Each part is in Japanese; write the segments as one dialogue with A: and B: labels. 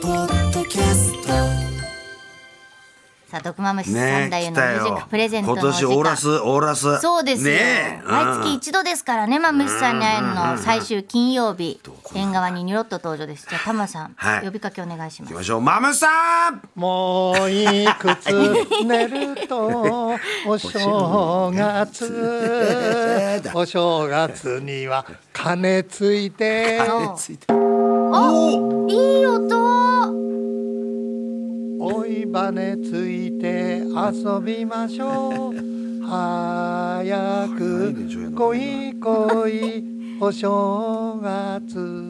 A: ポッドキャスト
B: さあ、毒マムシ
C: ね
B: 三代
C: え、来
B: のミ
C: た
B: ュージッ
C: よ
B: ク。プレゼント
C: 今
B: のお
C: 年
B: 時
C: オーラ
B: 間。
C: ス、オーラス。
B: そうですよ、
C: ねえ、
B: 毎
C: うん
B: 月一度ですからね、マムシさんに会えるの、最終金曜日
C: こ。なん
B: 縁
C: だ
B: 側にニュロッと登場です。じゃあ、タマさん、
C: はい
B: 呼びかけお願いします。
C: 行きましょう。マムさん
D: もういくつ寝る とお正月お正月には鐘ついて
B: お
C: ついておお
B: いい音。
D: 追い羽ついて遊びましょ う早く恋恋お正月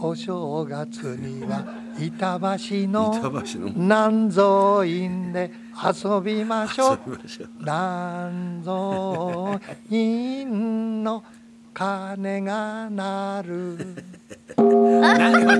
D: お正月には板橋 の
C: 板橋の
D: 南蔵院で 遊びましょう
C: びましょう
D: 南蔵院の鐘が鳴る
C: そ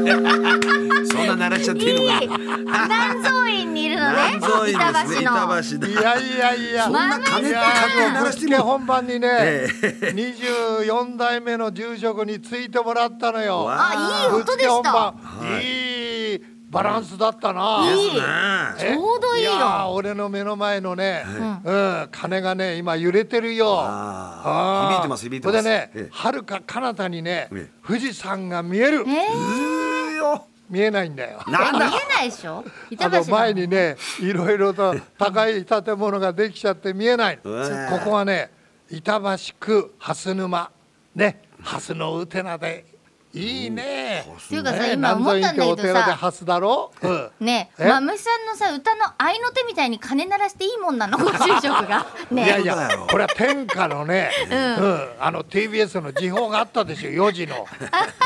C: んな鳴らしちゃっていいのかな。
B: 南蔵院にいるのね。
C: そういい
B: 板
C: ですね。
B: 橋の。
C: 板橋だ。
D: いやいやいや
C: そんな金って勝手に鳴らして
D: い
C: る
D: や
C: の。
D: 本番 にね、
C: え
D: 24代目の住職についてもらったのよ。
C: わ
B: あ、いい音でし
D: 本番
B: た。、
D: い、いバランスだったな。
B: いい。
C: うん
D: え
B: ちょうどいいよ
D: やー俺の目の前のね、うん、金がね、今揺れてるよ。
C: あー
D: あー
C: 響いてます響いてますえ
D: これでね
C: え、
D: 遥か彼方にね
C: ええ、
D: 富士山が見える
B: え。ー、
C: うーよ。
D: 見えないんだよ。
C: なん
B: 見
C: だ。
B: えないでしょ。
D: あ
B: 板橋
D: の
B: の。
D: 前にねいろいろと高い建物ができちゃって見えないこ
C: わ
D: こはね板橋区蓮沼ね蓮のうてなでいいね
B: っていうかさ、
D: ね
B: 今思ったんだ
D: 南
B: け
D: 禅院
B: ど
D: お寺で
B: さ。
D: 蓮だろ、うん
B: ねえ、
D: え
B: マムシさんのさ、歌の合いの手みたいに鐘鳴らしていいもんなの、ご住職が。ねえ
D: いやい
C: そう
D: や
C: だよ
D: これは天下のね、うんあの TBS の時報があったでしょ4時の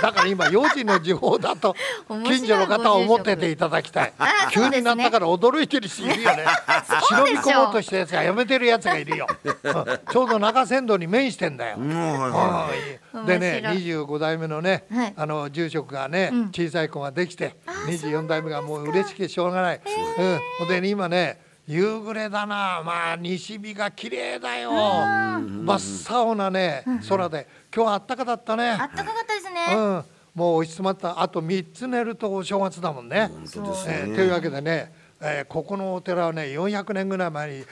D: だから今4時の時報だと
B: 面白い
D: 近所の方は思ってていただきたい
B: あーそ
D: 急
B: うですね
D: になったから驚いてる人い るよね
B: そう
D: 忍
B: でし
D: び
B: ょ
D: 込もうとしたやつがやめてるやつがいるよ、うんちょうど中山道に面してんだよ、
C: うんはいは
D: う
B: 面
D: ん
B: 白い
D: でね25代目のね、
B: はい
D: あの住職がね、小さい子ができて24代目がもう嬉しくてしょうがない、うん、ほんでね今ね夕暮れだなまあ西日が綺麗だよ真っ青なね空で今日はあったかだった
B: あ
D: ね
B: ったかかったですね。
D: うんもう追い詰まったあと3つ寝るとお正月だもんね。
C: 本当です
D: えー
C: ね。
D: というわけでね、えーここのお寺はね400年ぐらい前に、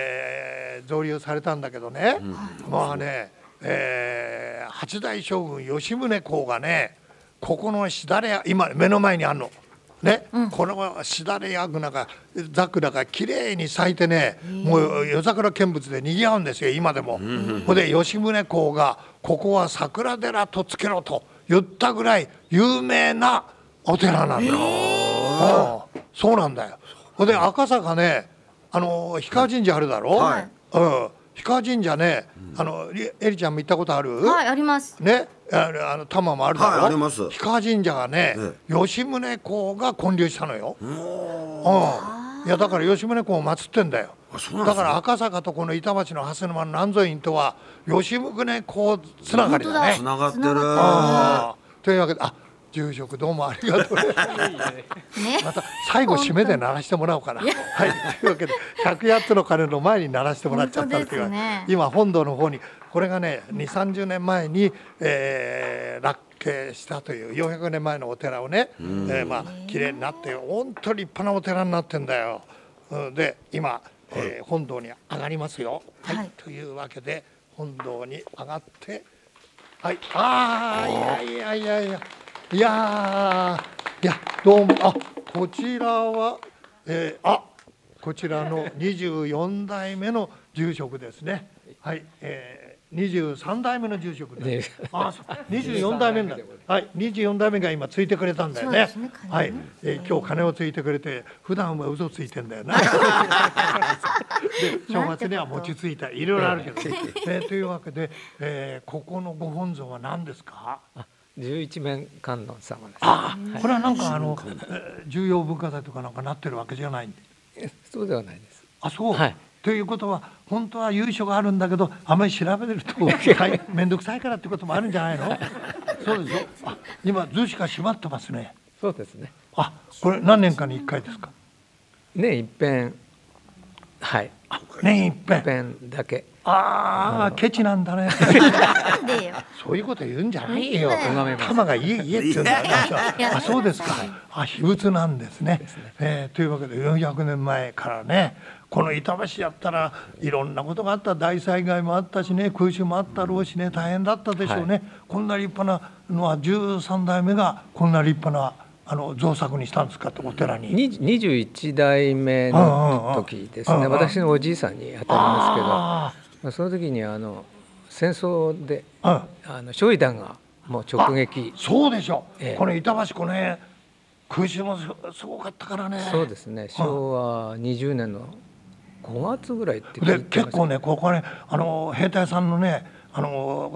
D: えー、造立されたんだけどね、まあね、えー八代将軍吉宗公がねここのしだれや今目の前にあるの。ねこのしだれやぐなが桜が綺麗に咲いてねもう夜桜見物で賑わうんですよ今でも。ほんで吉宗公がここは桜寺とつけろと言ったぐらい有名なお寺なんだよ。うんそうなんだよ。ほんで赤坂ね、あの氷川神社あるだろ。
C: はい
D: うん、氷川神社ね、あのりえりちゃんも行ったことある？
B: はい、あります。
D: ね、あのあの玉もあるだろ。
C: はいあります
D: 氷川神社がね、
C: え
D: 吉宗公が建立したのよ。うん。いやだから吉宗公を祀ってんだよ
C: あそうなんで
D: だ
C: すね
D: から赤坂とこの板橋の蓮沼の南蔵院とは吉宗公つながりだね。
B: 本当だ
C: つながってる。
D: あーというわけであ住職どうもありがとう。
B: ね。
D: また最後締めで鳴らしてもらおうかな。はい、というわけで108つの鐘の前に鳴らしてもらっちゃったっ
B: 本
D: てい
B: 当です
D: う、
B: ね
D: 今本堂の方にこれがね2 3 0年前に、えー落慶したという400年前のお寺をね、えーまあ綺麗になって本当に立派なお寺になってんだよ。うんで今、えー本堂に上がりますよ。はい、
B: はい
D: というわけで本堂に上がって。はい、ああ、いやいやいやいや、いやー、いや、どうも、あ、こちらは、えー、あ、こちらの24代目の住職ですね。はい、えー、23代目の住職です。あ、そう24代目なんだ。はい、24代目が今ついてくれたんだよね。
B: そうですね
D: はい、えー、今日金をついてくれて、普段は嘘ついてんだ よな。で正月には餅ついたいろいろあるけど、えーというわけで、えーここのご本尊は何ですか
E: あ十一面観音様です。
D: ああ、これはなんかあのえー重要文化財とかなんかなってるわけじゃないんで。
E: そうではないです。
D: あ、そう。
E: はい
D: ということは本当は由緒があるんだけどあまり調べるとはい面倒くさいからってこともあるんじゃないの？そうでしょ。あ、今図しか閉まってますね。
E: そうですね。
D: あ、これ何年かに一回ですか。
E: 年一遍はい
D: 年一
E: 一
D: 遍。
E: 遍だけ
D: ああ、ケチなんだね。
B: なんでよ。
D: そういうこと言うんじゃないよ。
E: 拝めます
D: 玉が家家って言うんだ
B: いや
D: あ、そうですか。あ、秘仏なんですね。えーというわけで400年前からね、この板橋やったらいろんなことがあった、大災害もあったしね、空襲もあったろうしね、大変だったでしょうね。
E: はい
D: こんな立派なのは13代目がこんな立派なあの造作にしたんですかってお寺に。
E: に21代目の時です
D: うんうん
E: ね
D: うん
E: 私のおじいさんに当たりますけど
D: あ
E: まあその時にあの戦争で
D: あ、うん。
E: あの焼夷弾がもう直撃
D: そうでしょ。
E: ええ
D: この板橋この辺空襲もすすごかったからね。
E: そうですね昭和20年の5月ぐらいって聞
D: で
E: いてま
D: 結
E: す
D: 構ねここはねあの兵隊さんのねあの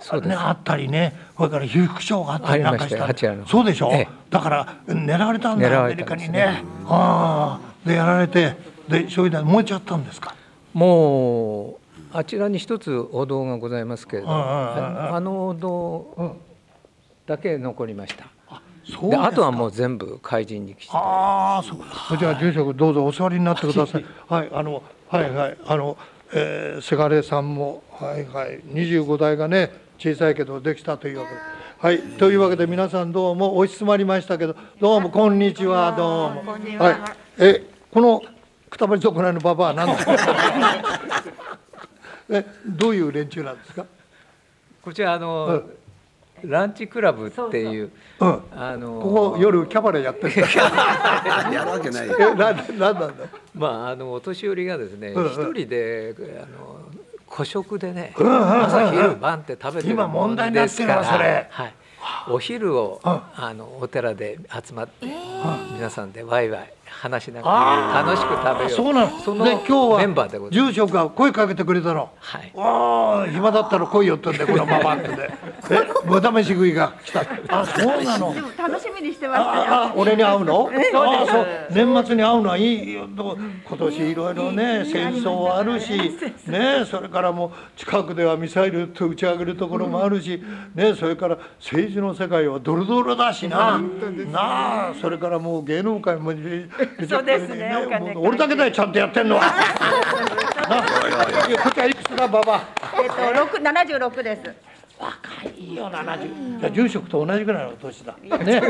E: そうです
D: ねあったりねそれから被服廠があったりなんかした
E: ありましたよ蜂屋の
D: そうでしょ、
E: ええ
D: だから狙われたんだ
E: 狙わ
D: アメ
E: れ
D: リ
E: た
D: カ
E: んで
D: に
E: す
D: ね
E: ね
D: ああでやられてで焼夷弾燃えちゃったんですか
E: もうあちらに一つお堂がございますけれど
D: うんうんうんうん
E: ああのお堂だけ残りました
D: そう
E: であとは
D: う
E: もう全部怪人に来て
D: ああそうじゃあ住職どうぞお座りになってくださいはいあのはいはいあのえーせがれさんもはいはい25代がね小さいけどできたというわけではいというわけで皆さんどうも落ち着まりましたけどどうもこんにちはどうもはいえこのくたばり損ないのババアは何ですか えどういう連中なんですか
E: こちらあの、ランチクラブっていう
D: うん
E: あの
D: ここ夜キャバレーやって るんですか
C: やるわけない
D: えなんなんなんだ
E: まああのお年寄りがですね一、
D: うん
E: 人であの孤食でね、朝昼晩って食べてる
D: 今
E: も
D: 問題
E: ん
D: にな
E: で
D: って
E: す
D: る
E: か
D: わ
E: ら、
D: それ
E: はい、お昼を、
D: うん
E: あのお寺で集まって、
B: ー
E: 皆さんでワイワイ話しな
D: あ
E: がら楽しく食べよう
D: そうなの。
E: その
D: で今日は
E: メンバーでございます。
D: 住職が声かけてくれたの。
E: はい
D: ああ暇だったら来いよってんでこのまま ってで。え豚飯食いが来た。 あそうなの。
F: 楽しみにしてましたよ。
D: ああ俺に会うの？ああそう年末に会うのはいいよ。どう今年いろいろね戦争あるしねそれからもう近くではミサイルと打ち上げるところもあるしねそれから政治の世界はドロドロだしな。なあそれからもう芸能界もね
F: そうですねお金
D: もう俺だけだよちゃんとやってん のは。なあいやこっちはいくつかババア。
F: えっと六七十六です。
D: いいよ七十。じゃあ住職と同じぐらいの年だ。ね。ね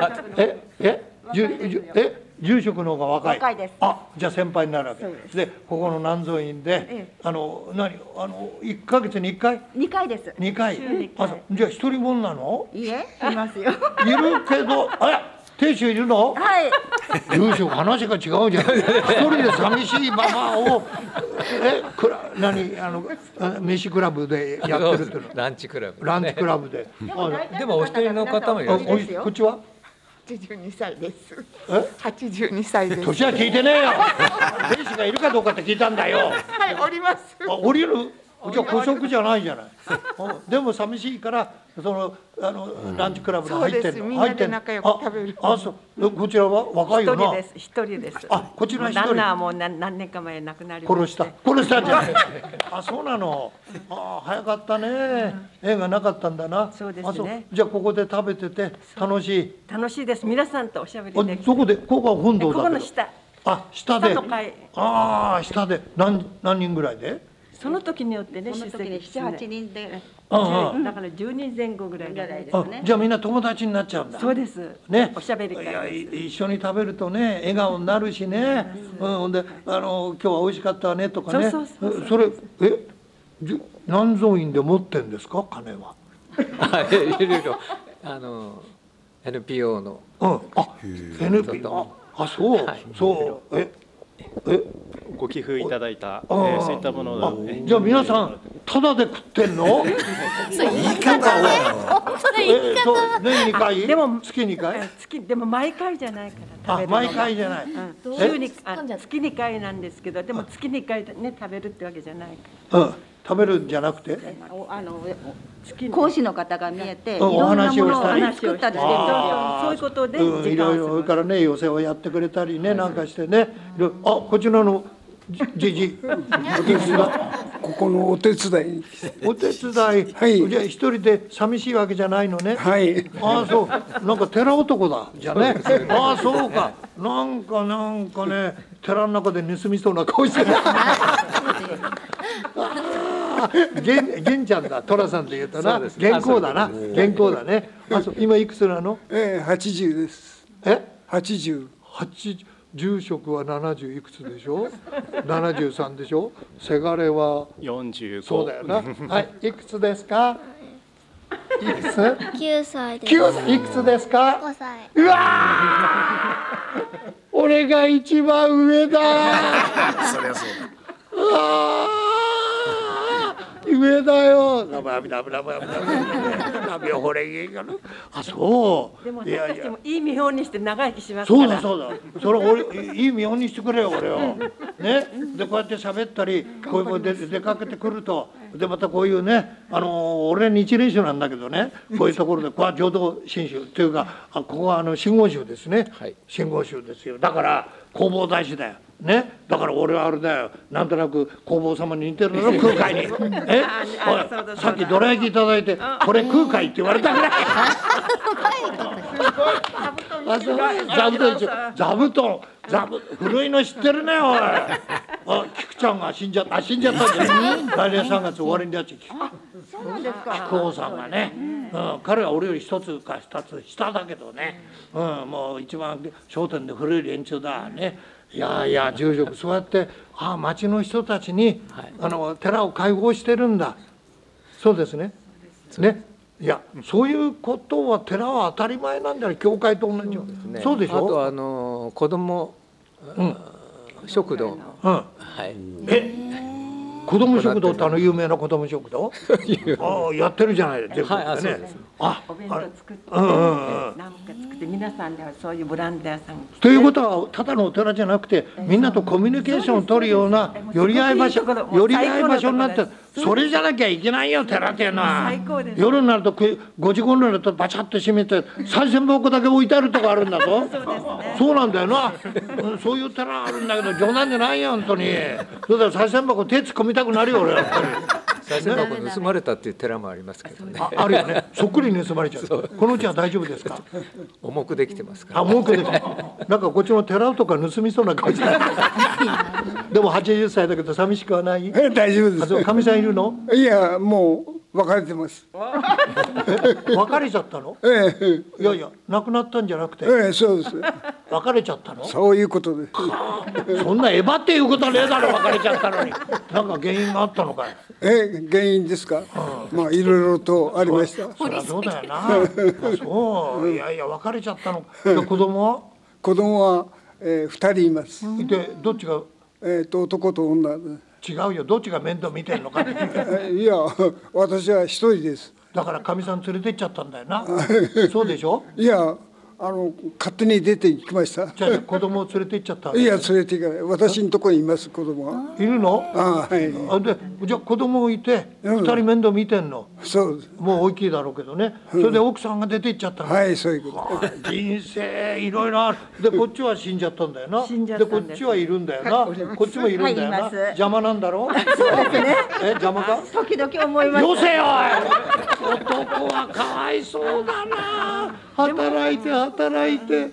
D: あええ住住え住職の方が若い。
F: 若いです
D: あじゃあ先輩になるわけ。
F: そう
D: で
F: で
D: ここの南蔵院で
F: え
D: あの何あの一ヶ月に一回
F: 二回です。
D: 二回
F: 週に一。
D: あ
F: 回
D: そうじゃあ一人もんなの？
F: いいえ、いますよ。
D: いるけどあら亭主いるの？
F: はい。
D: 住職話が違うじゃん一人で寂しいままをえくら何あのあ飯クラブでやってるってい うの
E: ランチクラブですね、
D: ランチクラブで。あら
E: でもお一人の方もい
F: い
E: ら
F: ら
E: っ
F: っ
E: し
F: し
D: おい
E: ゃる
F: ゃる。
D: こっちは
F: 八十二歳です。
D: え
F: 八十二歳です。
D: 年は聞いてねえよ天使がいるかどうかって聞いたんだよ
F: はい、おります。
D: あ降りるじゃあ孤食じゃないじゃないうんでも寂しいからそのあのランチクラブに入って
F: そう
D: る
F: です
D: の
F: みん
D: 入
F: な
D: って
F: で
D: んの
F: 仲良く食べる
D: ああそうえこちらは若い
F: 一
D: よ
F: 人
D: な
F: です。一人です。
D: あこちら一人
F: 旦那はもう何何年か前に亡くなりま
D: 殺
F: し
D: してた殺したんじゃないあそうなのあ早かったね縁がなかったんだな
F: そうですね
D: あじゃあここで食べてて楽しい
F: 楽しいです。皆さんとおしゃべりで
D: あ
F: きて。
D: そこでここが本堂だけど
F: ここの下
D: あ下で
F: 下の階
D: ああ下で何何人ぐらいで
F: その時によってね、
G: こ
F: 出
G: の時に
F: 席
G: 七八人で
D: あ
F: だから十人前後ぐらいが
G: ぐらいで
D: あじゃあみんな友達になっちゃうんだ
F: そうです。
D: ね、
F: おしゃべり会
D: いやい一緒に食べるとね笑顔になるしね、うん、ほんであの「今日は美味しかったわね」とかね
F: そうそうそう
D: それえじゅ南蔵院で持ってんですか金は
E: はいいろいろあの NPO の
D: うんあ NP ああそう、
E: はい
D: そうええ
H: ご寄付いただいた、え
D: あー
H: ーそういったもの
D: あ
H: を、えー
D: じゃあ皆さんタダで食って んの
C: 言い方は
B: 本当だよ。
D: えそう年2回
F: でも
D: 月2回
F: 月でも毎回じゃないから食べ
D: あ
F: るの
D: 毎
F: が
D: 回じゃない、
F: うん
B: どう
F: 週にあ
B: 噛んじゃった
F: 月2回なんですけどでも月2回ね食べるってわけじゃないか
D: うん、食べるんじゃなくて
G: おあのお
F: 月に
G: 講師の方が見えてい
D: うん
G: ろんなも
D: お話をしたり
G: のを
F: 話
G: 作
F: を
G: っ
F: したた
G: りしるんです
F: りしてて
G: よ
D: あー
F: そういうことで
D: うんい
F: 時間
D: ろ
F: を
D: い
F: 過ごす
D: ろからね寄せをやってくれたりねなんかしてねいろいろあこちらのじじじ
I: 私はここのお手伝いに
D: お手伝い、
I: はい
D: じゃあ一人で寂しいわけじゃないのね、
I: はい
D: ああそうなんか寺男だじゃねああそうかなんかなんかね寺の中で盗みそうな顔してるげんげんちゃんだ寅さんで言うとな原稿だな原稿だねあそう今いくつなの
I: ええ80です
D: え
I: 80
D: 八住職は70いくつでしょ73でしょせがれは
H: 45
D: そうだ よな。はい、いくつですか。いくつ。
J: 9歳で
D: 九、いくつですか。
J: 5歳
D: うわ ー。俺が一番上だ。
C: そりゃそう
D: うわー上だよ。ラブラブラブラ ブラブラブラブほれいいかな。あ、そ
F: でも
D: う。いや
F: 私
D: い
F: たち
D: や
F: も。いい見本にして長生きしますか
D: そう
F: ら
D: だそうだ。それ俺いい見本にしてくれよ俺を。ね。でこうやって喋ったり、こういうもう出出かけてくると、でまたこういうね、あのー俺日蓮宗なんだけどね、こういうところ でここは浄土真宗というか、あここはあの真言宗ですね。真言宗ですよ。だから弘法大師だよ。ね、だから俺はあれだよなんとなく弘法様に似てる のよ空海にえ
F: あ
D: おい
F: そうだそうだ
D: さっきどら焼きいただいてこれ空海って言われたからあそう座布団一緒座布団座布古いの知ってるねおいあ菊ちゃんが死んじゃったあ死んじゃったんじゃない来年3月終わりになっちゃう菊
F: そうなんですか
D: 久遠さんがね、うん、彼は俺より一つか二つ下だけどね、うん、もう一番『笑点』で古い連中だねいやいや住職そうやってああ町の人たちに、あの寺を開放してるんだそうですねねいやそういうことは寺は当たり前なんだよ教会と同じよそう,、でし
E: あと
D: ょ
E: あの子供
D: うん
E: 食堂の、
D: うん、
E: はい、
D: え子供食堂ってあの有名な子供食堂ああやってるじゃない全
E: はいあ
D: 国で
E: そう
D: ね
E: です
D: あ
F: お弁
D: あれ
F: 当作って
D: うんうんうん
F: 何個か作って皆さんでそういうボランティアさんが来て
D: ということはただのお寺じゃなくてみんなとコミュニケーションを取るような
F: そうです
D: 寄り合い場所
F: もう最高の
D: 寄り合い場所になってる
F: 最高のとこです
D: それじゃなきゃいけないよ寺っていうのは
F: 最高です
D: 夜になるとく5時頃になるとバチャッと閉めて3千箱だけ置いてあるとこあるんだ ぞそうなんだよなうんそういう寺あるんだけど冗談じゃないよ本当にそうだよ3千箱手突っ込みたくなるよ俺はやっぱり。
E: 最初箱盗まれたっていう寺もありますけどね
D: ああるよねそっくり盗まれちゃうこのうちは大丈夫ですか
E: 重くできてますから
D: あ、文句でなんかこっちの寺とか盗みそうな顔してるでも80歳だけど寂しくはない
I: ええ大丈
D: あ
I: 夫
D: そう
I: で
D: かみさんいるの
I: すいやもう別れてます
D: 別れちゃったの
I: えええ
D: いやいや亡くなったんじゃなくて
I: えええそう です
D: 別れちゃったの
I: そういうことです
D: そんなエバっていうことはねえだろ別れちゃったのになんか原因があったのかい
I: ええ原因ですかまあいろいろとありました
D: そりゃそうだよなあそういやいや別れちゃったので子供は
I: 子供はええ二人います
D: でどっちが
I: えっと男と女で
D: 違うよどっちが面倒見てんのかって
I: えいや私は一人です
D: だからかみさん連れてっちゃったんだよなそうでしょ
I: いやあの勝手に出て行きました
D: じゃあ子供を連れて行っちゃったわけ
I: いや連れて行かない私のところにいます子供はい
D: るの
I: ああはい
D: あでじゃあ子供いて
I: うん
D: 二人面倒見てんの、
I: そうです
D: もう大きいだろうけどね、それで奥さんが出て行っちゃったの、
I: はいそういうこと
D: あ人生いろいろあるでこっちは死んじゃったんだよな
F: 死んじゃったんです
D: こっちはいるんだよな、こっちもいるんだよな、
F: はいいます
D: 邪魔なんだろそうですねえ邪魔か
F: 時々思います
D: よせよおい男はかわいそうだな働いて働いていや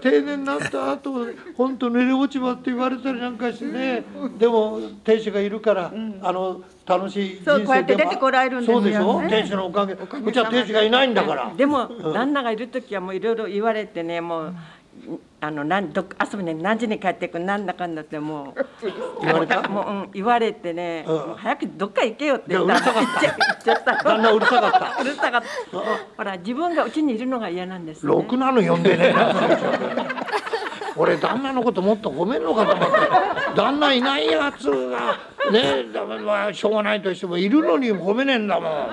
D: 定年になった後本当寝れ落ち葉って言われたりなんかしてねでも亭主がいるから、あの楽しい人生でも
F: そうこうやって出てこられるんですよ
D: そうでしょ、
F: ね
D: 亭主のおかげうちは亭主がいないんだから
F: でも旦那がいる時はもういろいろ言われてねもうあのなんどっ遊びに何時に帰ってくるなんだかんだってもう
D: 言われた
F: もう、うん、言われてね、
D: うん
F: もう早くどっか行けよって言
D: いやうるさかっ
F: 行っちゃ行っちゃった
D: 旦那うるさかった
F: うるさかったもうほら自分がうちにいるのが嫌なんです、ね、
D: ろくなの呼んでねえな俺旦那のこともっと褒めるのかと思った旦那いないやつがねえだめまあしょうがないとしてもいるのに褒めねえんだもん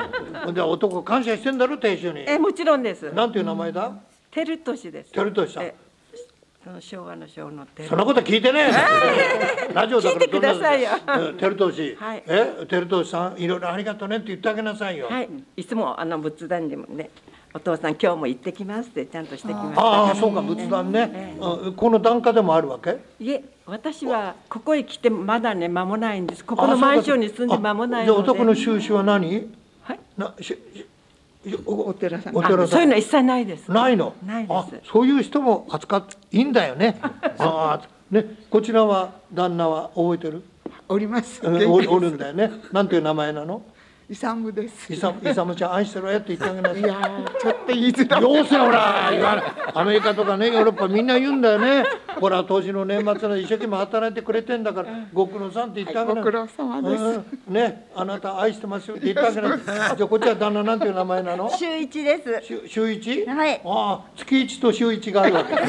D: ほんで男感謝してんだろ亭主に
F: えもちろんです
D: なんていう名前だ
F: テルトシです
D: テルトシさん
F: えその昭和の昭のって
D: そんなこと聞いてねえ。ラジオだから
F: 聞いてくださいよ
D: どん なうんテルトシ
F: はい、
D: え、テルトシさん、いろいろありがとうねって言ってあげなさいよ。
F: はい、いつもあの仏壇でもね「お父さん今日も行ってきます」ってちゃんとしてきました
D: ああ、そうか、仏壇ね。うんこの檀家でもあるわけ。
F: いえ私はここへ来てまだね間もないんですここ
D: あ
F: の
D: そうか
F: マンションに住んで間もないの
D: あ
F: で
D: じゃあ男の収支は何？
F: はい
D: なししお
F: お寺さん
D: お寺
F: あそ
D: さ
F: ういうんの。一切ないです
D: ないの。
F: ないで
D: あ
F: す、
D: そういう人も扱っていいんだよ ね。ああ、ね、こちらは旦那は覚えてる？
G: おります。
D: うんおるおるんだよね。なんていう名前なの？
G: イサムです。
D: イサ ムイサムちゃん愛してるよって言ってあげなさい
G: い。やー、ちょっと言いづらい。
D: よせほら言わないアメリカとかねヨーロッパみんな言うんだよねほら当時の年末の一生懸命働いてくれてんだからご苦労さんって言ってあげ
G: は
D: な
G: いご苦労様です
D: うんねあなた愛してますよって言って あげないじゃあこっちは旦那なんていう名前なの
B: 週一です。
D: 週週一
B: はい
D: ああ月一と週一があるわけね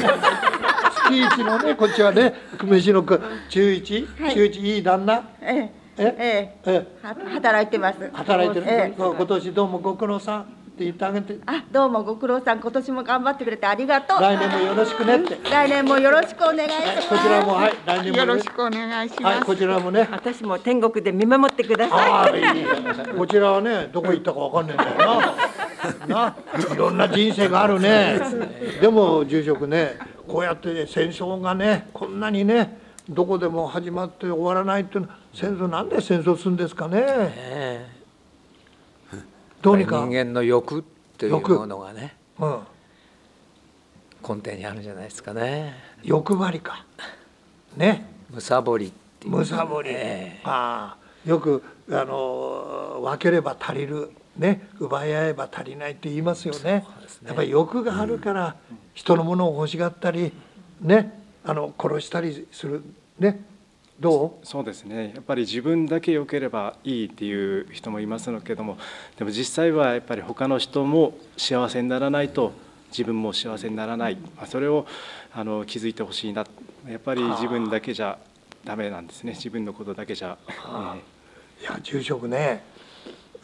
D: 月一のねこっちはね久米市の区中一、週一いい旦那
B: え
D: え
B: え
D: え
B: は働いてます。
D: 働いてる、
B: ええ
D: そう今年どうもご苦労さんって言ってあげて
B: あ、どうもご苦労さん、今年も頑張ってくれてありがとう。
D: 来年もよろしくねって
B: 来年もよろしくお願いしま
D: はい
B: す。
D: こちらもはい来年も
G: よろしくお願いし
D: は
G: ま
D: い
G: す。
D: こちらもね。
F: 私も天国で見守ってください
D: ああいいねこちらはねどこ行ったかわかんないんだよ な。ないろんな人生があるね。でも住職ねこうやってね戦争がねこんなにねどこでも始まって終わらないっていうのは戦争なんで戦争するんですかね。
E: ええ
D: どうにか。
E: 人間の欲っていう
D: 欲
E: ものがね
D: うん
E: 根底にあるんじゃないですかね
D: 欲張りか。ね。
E: むさぼりっていう
D: むさぼり、
E: え
D: ああよくあの分ければ足りる、ね、奪い合えば足りないって言いますよね
E: ですね
D: やっぱり欲があるから、人のものを欲しがったり、ね、あの殺したりする、ね、どう
H: そうですねやっぱり自分だけ良ければいいっていう人もいますけどもでも実際はやっぱり他の人も幸せにならないと自分も幸せにならない、まあ、それをあの気づいてほしいなやっぱり自分だけじゃダメなんですね自分のことだけじゃ、え
D: いや住職ね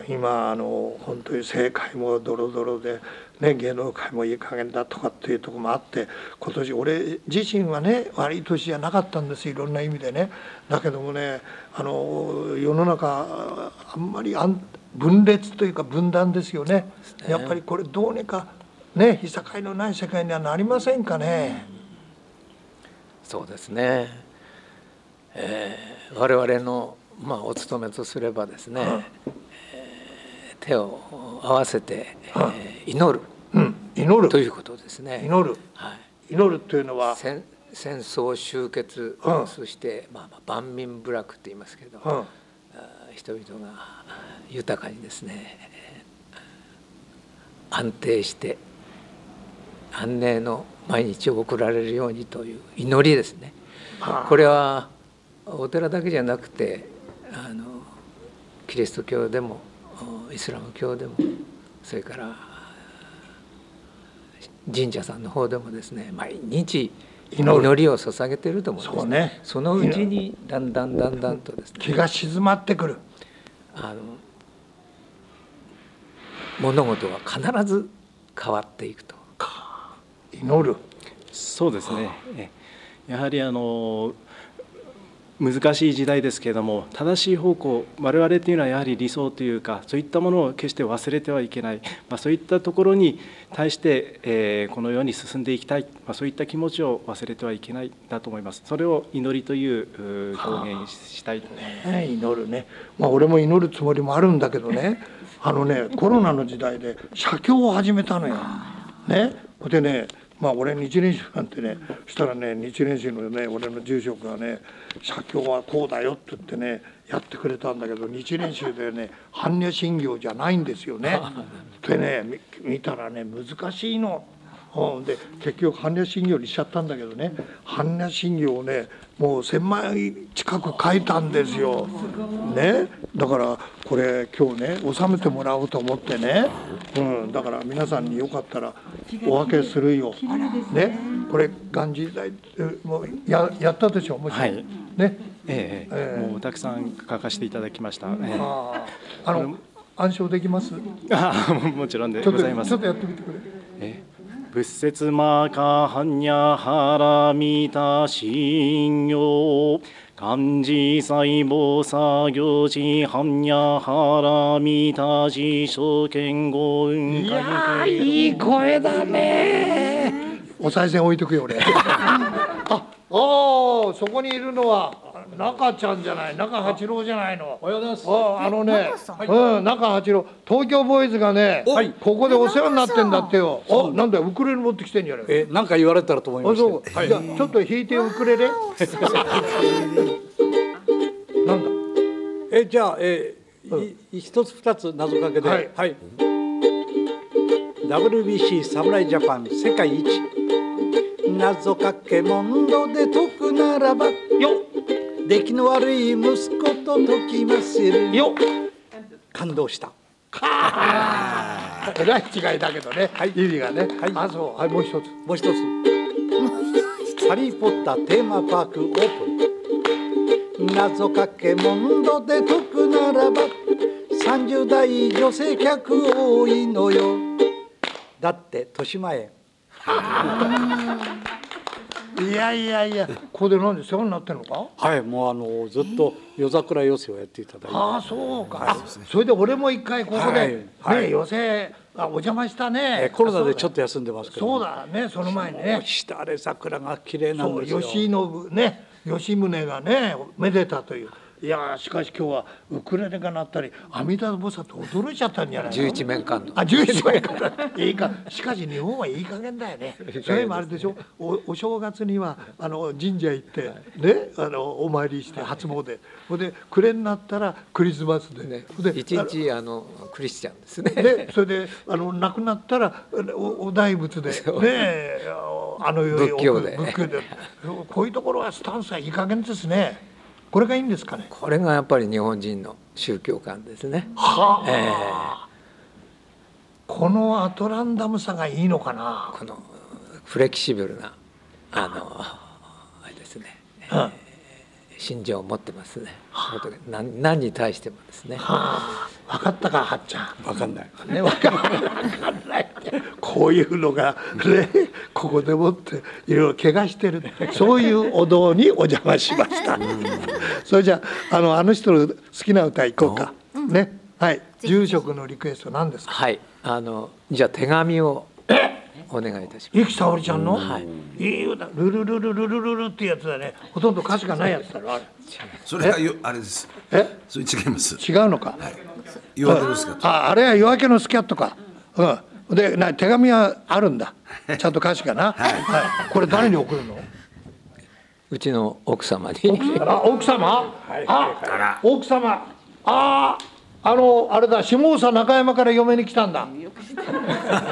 D: 今あの本当に政界もドロドロで、ね、芸能界もいい加減だとかっていうところもあって今年俺自身はね悪い年じゃなかったんですいろんな意味でねだけどもねあの世の中あんまりあん分裂というか分断ですよねやっぱりこれどうにかねいさかいのない世界にはなりませんかね。
E: えそうですね、ええ我々の、まあ、お務めとすればですね、ええ手を合わせて、ええ祈る
D: うん、祈
E: とい
D: る
E: うことですね
D: 祈る
E: はい
D: 祈るというのは、
E: 戦戦争終結、
D: うん
E: そして、まあまあ、万民部落って言いますけど、
D: うん、
E: あー人々があー豊かにですねえー安定して安寧の毎日を送られるようにという祈りですね
D: あー
E: これはお寺だけじゃなくてあのキリスト教でもおイスラム教でもそれから神社さんの方でもですね毎日
D: 祈る
E: 祈りを捧げていると思うんです
D: そうね
E: そのうちにだんだんだんだんとですね
D: 気が静まってくる。
E: あの物事は必ず変わっていくと
D: 祈る
H: そうですね。ええやはりあの難しい時代ですけれども正しい方向我々というのはやはり理想というかそういったものを決して忘れてはいけない、まあ、そういったところに対して、えーこのように進んでいきたい、まあ、そういった気持ちを忘れてはいけないだと思いますそれを祈りというう表現したいと思います。
D: ね祈るね、まあ、俺も祈るつもりもあるんだけどねあのねコロナの時代で写経を始めたのよ。ね、でねまあ俺日蓮宗なんてねそしたらね日蓮宗のね俺の住職がね「写経はこうだよ」って言ってねやってくれたんだけど日蓮宗でね般若心経じゃないんですよね。でねみ見たらね難しいの。うん、で結局般若心経にしちゃったんだけどね般若心経をねもう1,000枚近く書いたんですよ。ね、だからこれ今日ね納めてもらおうと思ってね、うん、だから皆さんによかったらお分けするよ。ね、これ元日代もうややったでしょもし、
H: はい
D: ね
H: ええええ
D: ええ
H: もうたくさん書かせていただきました。ええ
D: あーあの暗唱できますち
H: あももちろんで
D: ょっ
H: ご
D: と
H: ざいます
D: ちょっ。とやってみてくれ。
H: ええ仏説マカハンニャハラミタ信用漢字細胞作業時ハンニャハラミタ辞書見語運いやいい声だね
D: お賽銭置いとくよ俺 ああーそこにいるのは中ちゃんじゃない中八郎じゃないの
H: おはようございます
D: ああのね
B: 中さん、
D: うん、中八郎東京ボーイズがね、
J: はい
D: ここでお世話になってんだってよあなんだよウクレレ持ってきてんじゃない
J: えなんか言われたらと思い
D: あ
J: まし
D: そう、
J: て
D: じゃあちょっと弾いてウクレレなんだ
J: えじゃあえい一つ二つ謎かけで
D: は
J: はいい、WBC 侍ジャパン世界一謎かけ問答で解くならばよ出来の悪い息子と解きまするよ感動した
D: えらい違いだけどね、
J: はい
D: 意味がね、
J: はい
D: あそうはいもう一つ
J: もう一つ「ハリー・ポッターテーマパークオープン」謎かけ問答で解くならば30代女性客多いのよだって豊島園
D: いやいやいやここでなんで世話になってんのか
J: はいもうあのずっと夜桜寄せをやっていただいて
D: ああそうか、あそれで俺も一回ここで、
J: はい
D: ね、
J: はい
D: 寄せあお邪魔したね、
J: えコロナでちょっと休んでますけど
D: そうだねその前に
J: も
D: ね
J: う下で桜が綺麗なん
D: そう
J: ですよ
D: 吉信ね吉宗がねめでたといういやーしかし今日はウクレレが鳴ったり阿弥陀菩薩と驚いちゃったんじゃないの
E: 11面観音
D: あ11枚から いいかしかし日本はいい加減だよね それもあれでしょおお正月にはあの神社行って、ねあのお参りして初詣ほんで暮れになったらクリスマスで,、ね、で
E: 一日あのクリスチャンですね
D: ね、それであの亡くなったらおお大仏で、ねえ、あの世へ
E: 仏教で
D: 仏教でこういうところはスタンスはいい加減ですねこれがいいんですかね
E: これがやっぱり日本人の宗教観ですね
D: はあ、
E: え
D: このアトランダムさがいいのかな
E: このフレキシブルなあのあれですね、えー心情を持ってますね仏何何に対してもですね
D: ああ分かったかはっちゃん
J: わかんない
D: ね、わかんないわかんないってこういうのがねここでもっていろいろ怪我してるそういうお堂にお邪魔しましたそれじゃああのあの人の好きな歌いこうか、ねはい住職のリクエスト何ですか
E: はいあのじゃあ手紙を お願いいたしま
D: 生き沙織ちゃんの、い、い歌ルルルルルルルルってやつだねほとんど歌詞がないやつだろあれ
C: それはよあれです。
D: え
C: それ違います。
D: 違うのか、
C: 言われるんですか。
D: ああれは夜明けのスキャットかうんでな手紙はある んだちゃんと歌詞かな、はいこれ誰に送るの
E: すうちの奥様に
D: あ奥様、あ奥様あああのあれだ下総中山から嫁に来た んだ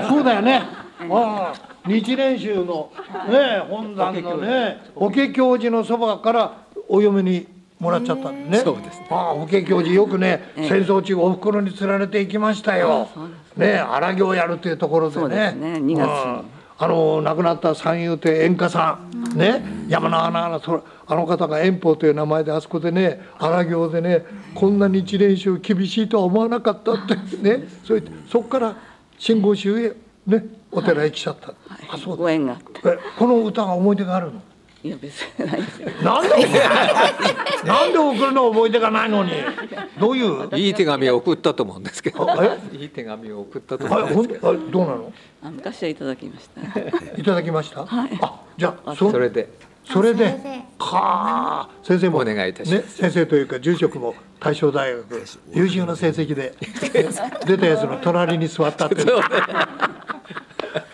D: そうだよねああ日蓮宗のね本山のね法華教寺のそばからお嫁にもらっちゃったんだよねそうですああ法華教寺よくね戦争中おふくろに連れて行きましたよね荒行やるっていうところでね
K: そうですね二月に
D: うんあの亡くなった三遊亭演歌さん、ね、山の花々そあの方が遠方という名前であそこでね荒行でねこんな日練習厳しいとは思わなかったって ねそう言ってそこから真言宗へねお寺へ来ちゃった、あそう
K: ご縁があった
D: えこの歌が思い出があるの
K: いや別にないですよ
D: なんで送る なんで送るの思い出がないのにどう いうえ
E: いい手紙を送ったと思うんですけど
D: あ
E: いい手紙を送ったと思
D: あ
E: うんで
D: ほんあ
E: すけど
D: どうなの
K: あ昔はいただきました
D: いただきました、
K: はい
D: あじゃあ
E: それで
D: それで
B: それで
D: はあ先生も
E: お願いいたします
D: ね、先生というか住職も大正大学優秀な成績で 出たやつの隣に座ったっていう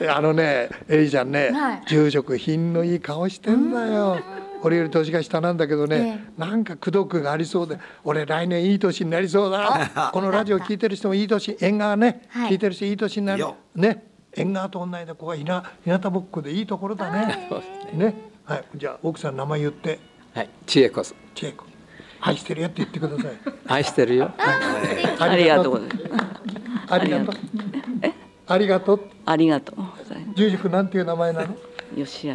D: あのねエリちゃんね、
B: はい
D: 住職品のいい顔してんだよ俺より年が下なんだけどね、
B: え
D: なんか功徳がありそうで俺来年いい年になりそうだこのラジオ聞いてる人もいい年縁側ね、
B: はい
D: 聞いてる人いい年になる
C: よ
D: ね縁側と同じでここはひな日向ぼっこでいいところだねねはいじゃあ奥さん名前言って
E: はい知恵こそ
D: チェイコ愛してるよって言ってください
E: 愛してるよ
K: ありがとうございます
D: ありがとうありがとう
K: ありがとうございま
D: 住職なんていう名前なの
K: す吉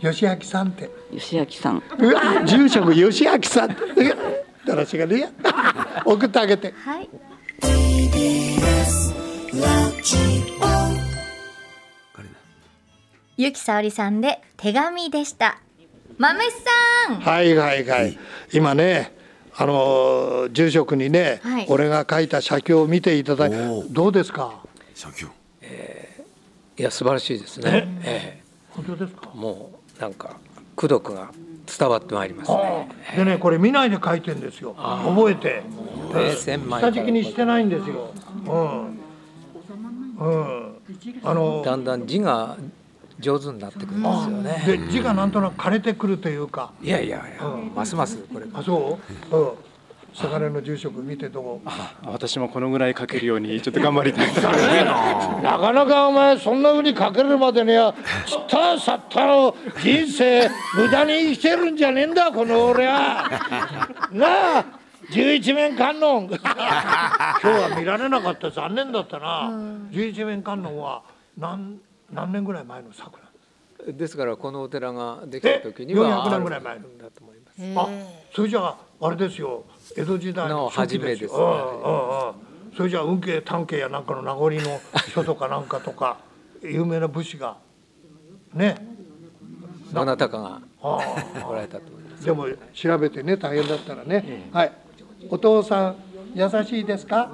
K: 明
D: 吉明さんって
K: 吉明さん
D: うわ住職吉明さんうわだらしがねえや 送ってあげて
B: はい
A: TBS ラジオ
C: あれだ
B: ゆきさおりさんで手紙でした。まめさん。
D: はいはいはい。今ね、あのー住職にね、
B: はい
D: 俺が書いた写経を見ていただいて、どうですか。
E: 社協、えーいや素晴らしいですね。え
D: 本当ですか。
E: えもうなんか功徳が伝わってまいりますね。
D: でね、これ見ないで書いてんですよ。
E: あ
D: 覚えて。
E: 冷静前
D: 下敷きにしてないんですよ。うん。うん。あの
E: だんだん字が上手になってくるんですよね。
D: で字がなんとなく枯れてくるというか。
E: いやいやいや、
D: うん
E: ますますこれ。
D: あ、そう。うん。坂根の住職見てどう。
H: 私もこのぐらい書けるようにちょっと頑張りたいと思います
D: なかなかお前そんな風に書けるまでにはちったさったの人生無駄に生きてるんじゃねえんだこの俺 はなあ十一面観 音今日は見られなかった残念だったな十一面観音は何何年ぐらい前の作
E: ですからこのお寺ができた時には
D: 400年ぐらい前の
E: だと思います。
D: あそれじゃああれですよ江戸時代
E: の
D: 初期
E: 初めです
D: ようんうんうんそれじゃあ運慶丹慶やなんかの名残 の人とかなんかとか有名な武士がね
E: どなたかが
D: あ
E: おられたと思います。
D: でも調べてね大変だったらね、はいお父さん優しいですか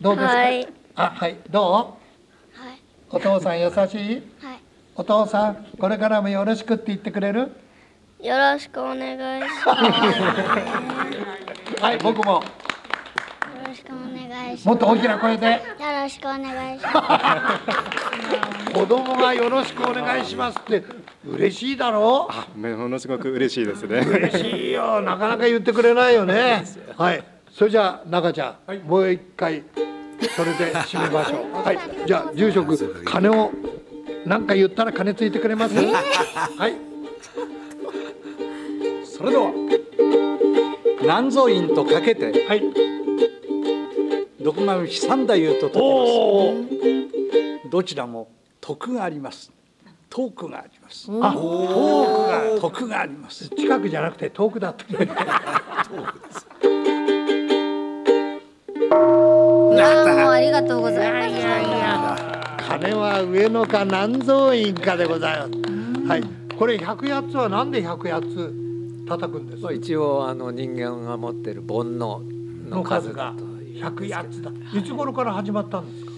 D: どうですか、
L: はい
D: あはいどう、お父さん優しい、お父さんこれからもよろしくって言ってくれる
L: よろしくお願いします。よ
D: はい僕も
L: ろしくお願いします。
D: もっと大きな声で
L: よろしくお願いしま
D: 子供がよろしくお願いしますって嬉しいだろう
H: ものすごく嬉しいですね
D: 嬉しいよなかなか言ってくれないよ ねはいそれじゃあ中ちゃん、もう一回それで締めましょ うはいじゃあ住職金をなんか言ったら金ついてくれます、 はい
J: それでは南蔵院とかけて、
D: はい、
J: 毒神三太夫と解きますどちらも徳がありますトークがあります
D: あ遠くが
J: 徳があります
D: 近くじゃなくて遠くだった
B: いやーもうありがとうございます。いやいや
D: 金は上野か南蔵院かでございますはいこれ百八つはなんで百八つ叩くんです
E: まあ
D: か
E: 一応あの人間が持っている煩悩の
D: の
E: 数
D: 数
E: だ
D: が
E: と
D: 百八つだいつ頃から始まったんですか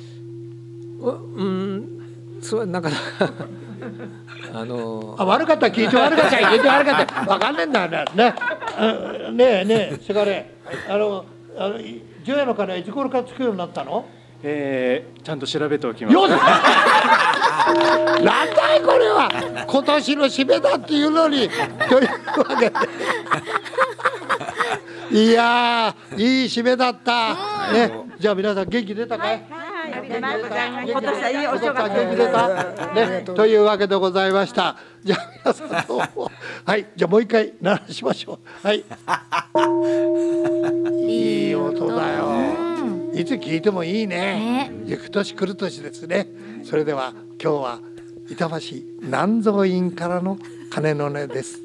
E: ううんそれなかなかあの
D: あ悪かった聞いて悪 かった聞いて悪かったわかんねえんだよねね うんねえねえせがれあのあのい除夜の鐘はいつ頃からつくようになったの
H: えーちゃんと調べておきます
D: よし なんだいこれは今年の締めだっていうのに というわけで いやーいい締めだった、ね、じゃあ皆さん元気出たかい
F: ありがとうございます。今年はいいお正月
D: 元気出た、ね、というわけでございましたじゃあ皆さんどうもはいじゃあもう一回鳴らしましょうはいいい音だよいつ聞いてもいいね行く年来る年ですねそれでは今日は板橋南蔵院からの鐘の音です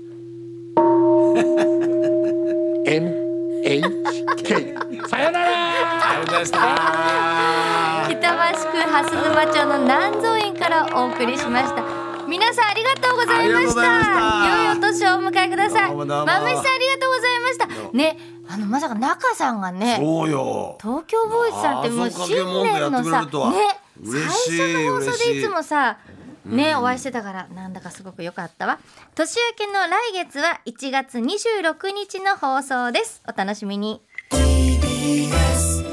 D: NHK さよなら
C: ありがとうございました。
B: 板橋区蓮沼町の南蔵院からお送りしました。皆さんありがとうございました。良いお年をお迎えください。
C: どう
B: ま
C: も
B: め
C: どうも
B: さんありがとうございました。ね、あのまさか中さんがね、
C: そうよ。
B: 東京ボーイズさんってもう
C: 謎か
B: 新
C: け問題や
B: 年の
C: ってくれ
B: さ、
C: るとは
B: ね、
C: 嬉しい
B: 最初の放送でいつもさ、
C: 嬉しい
B: ね、
C: うん
B: お会いしてたからなんだかすごく良かったわ。年明けの来月は1月26日の放送です。お楽しみに。
A: TBS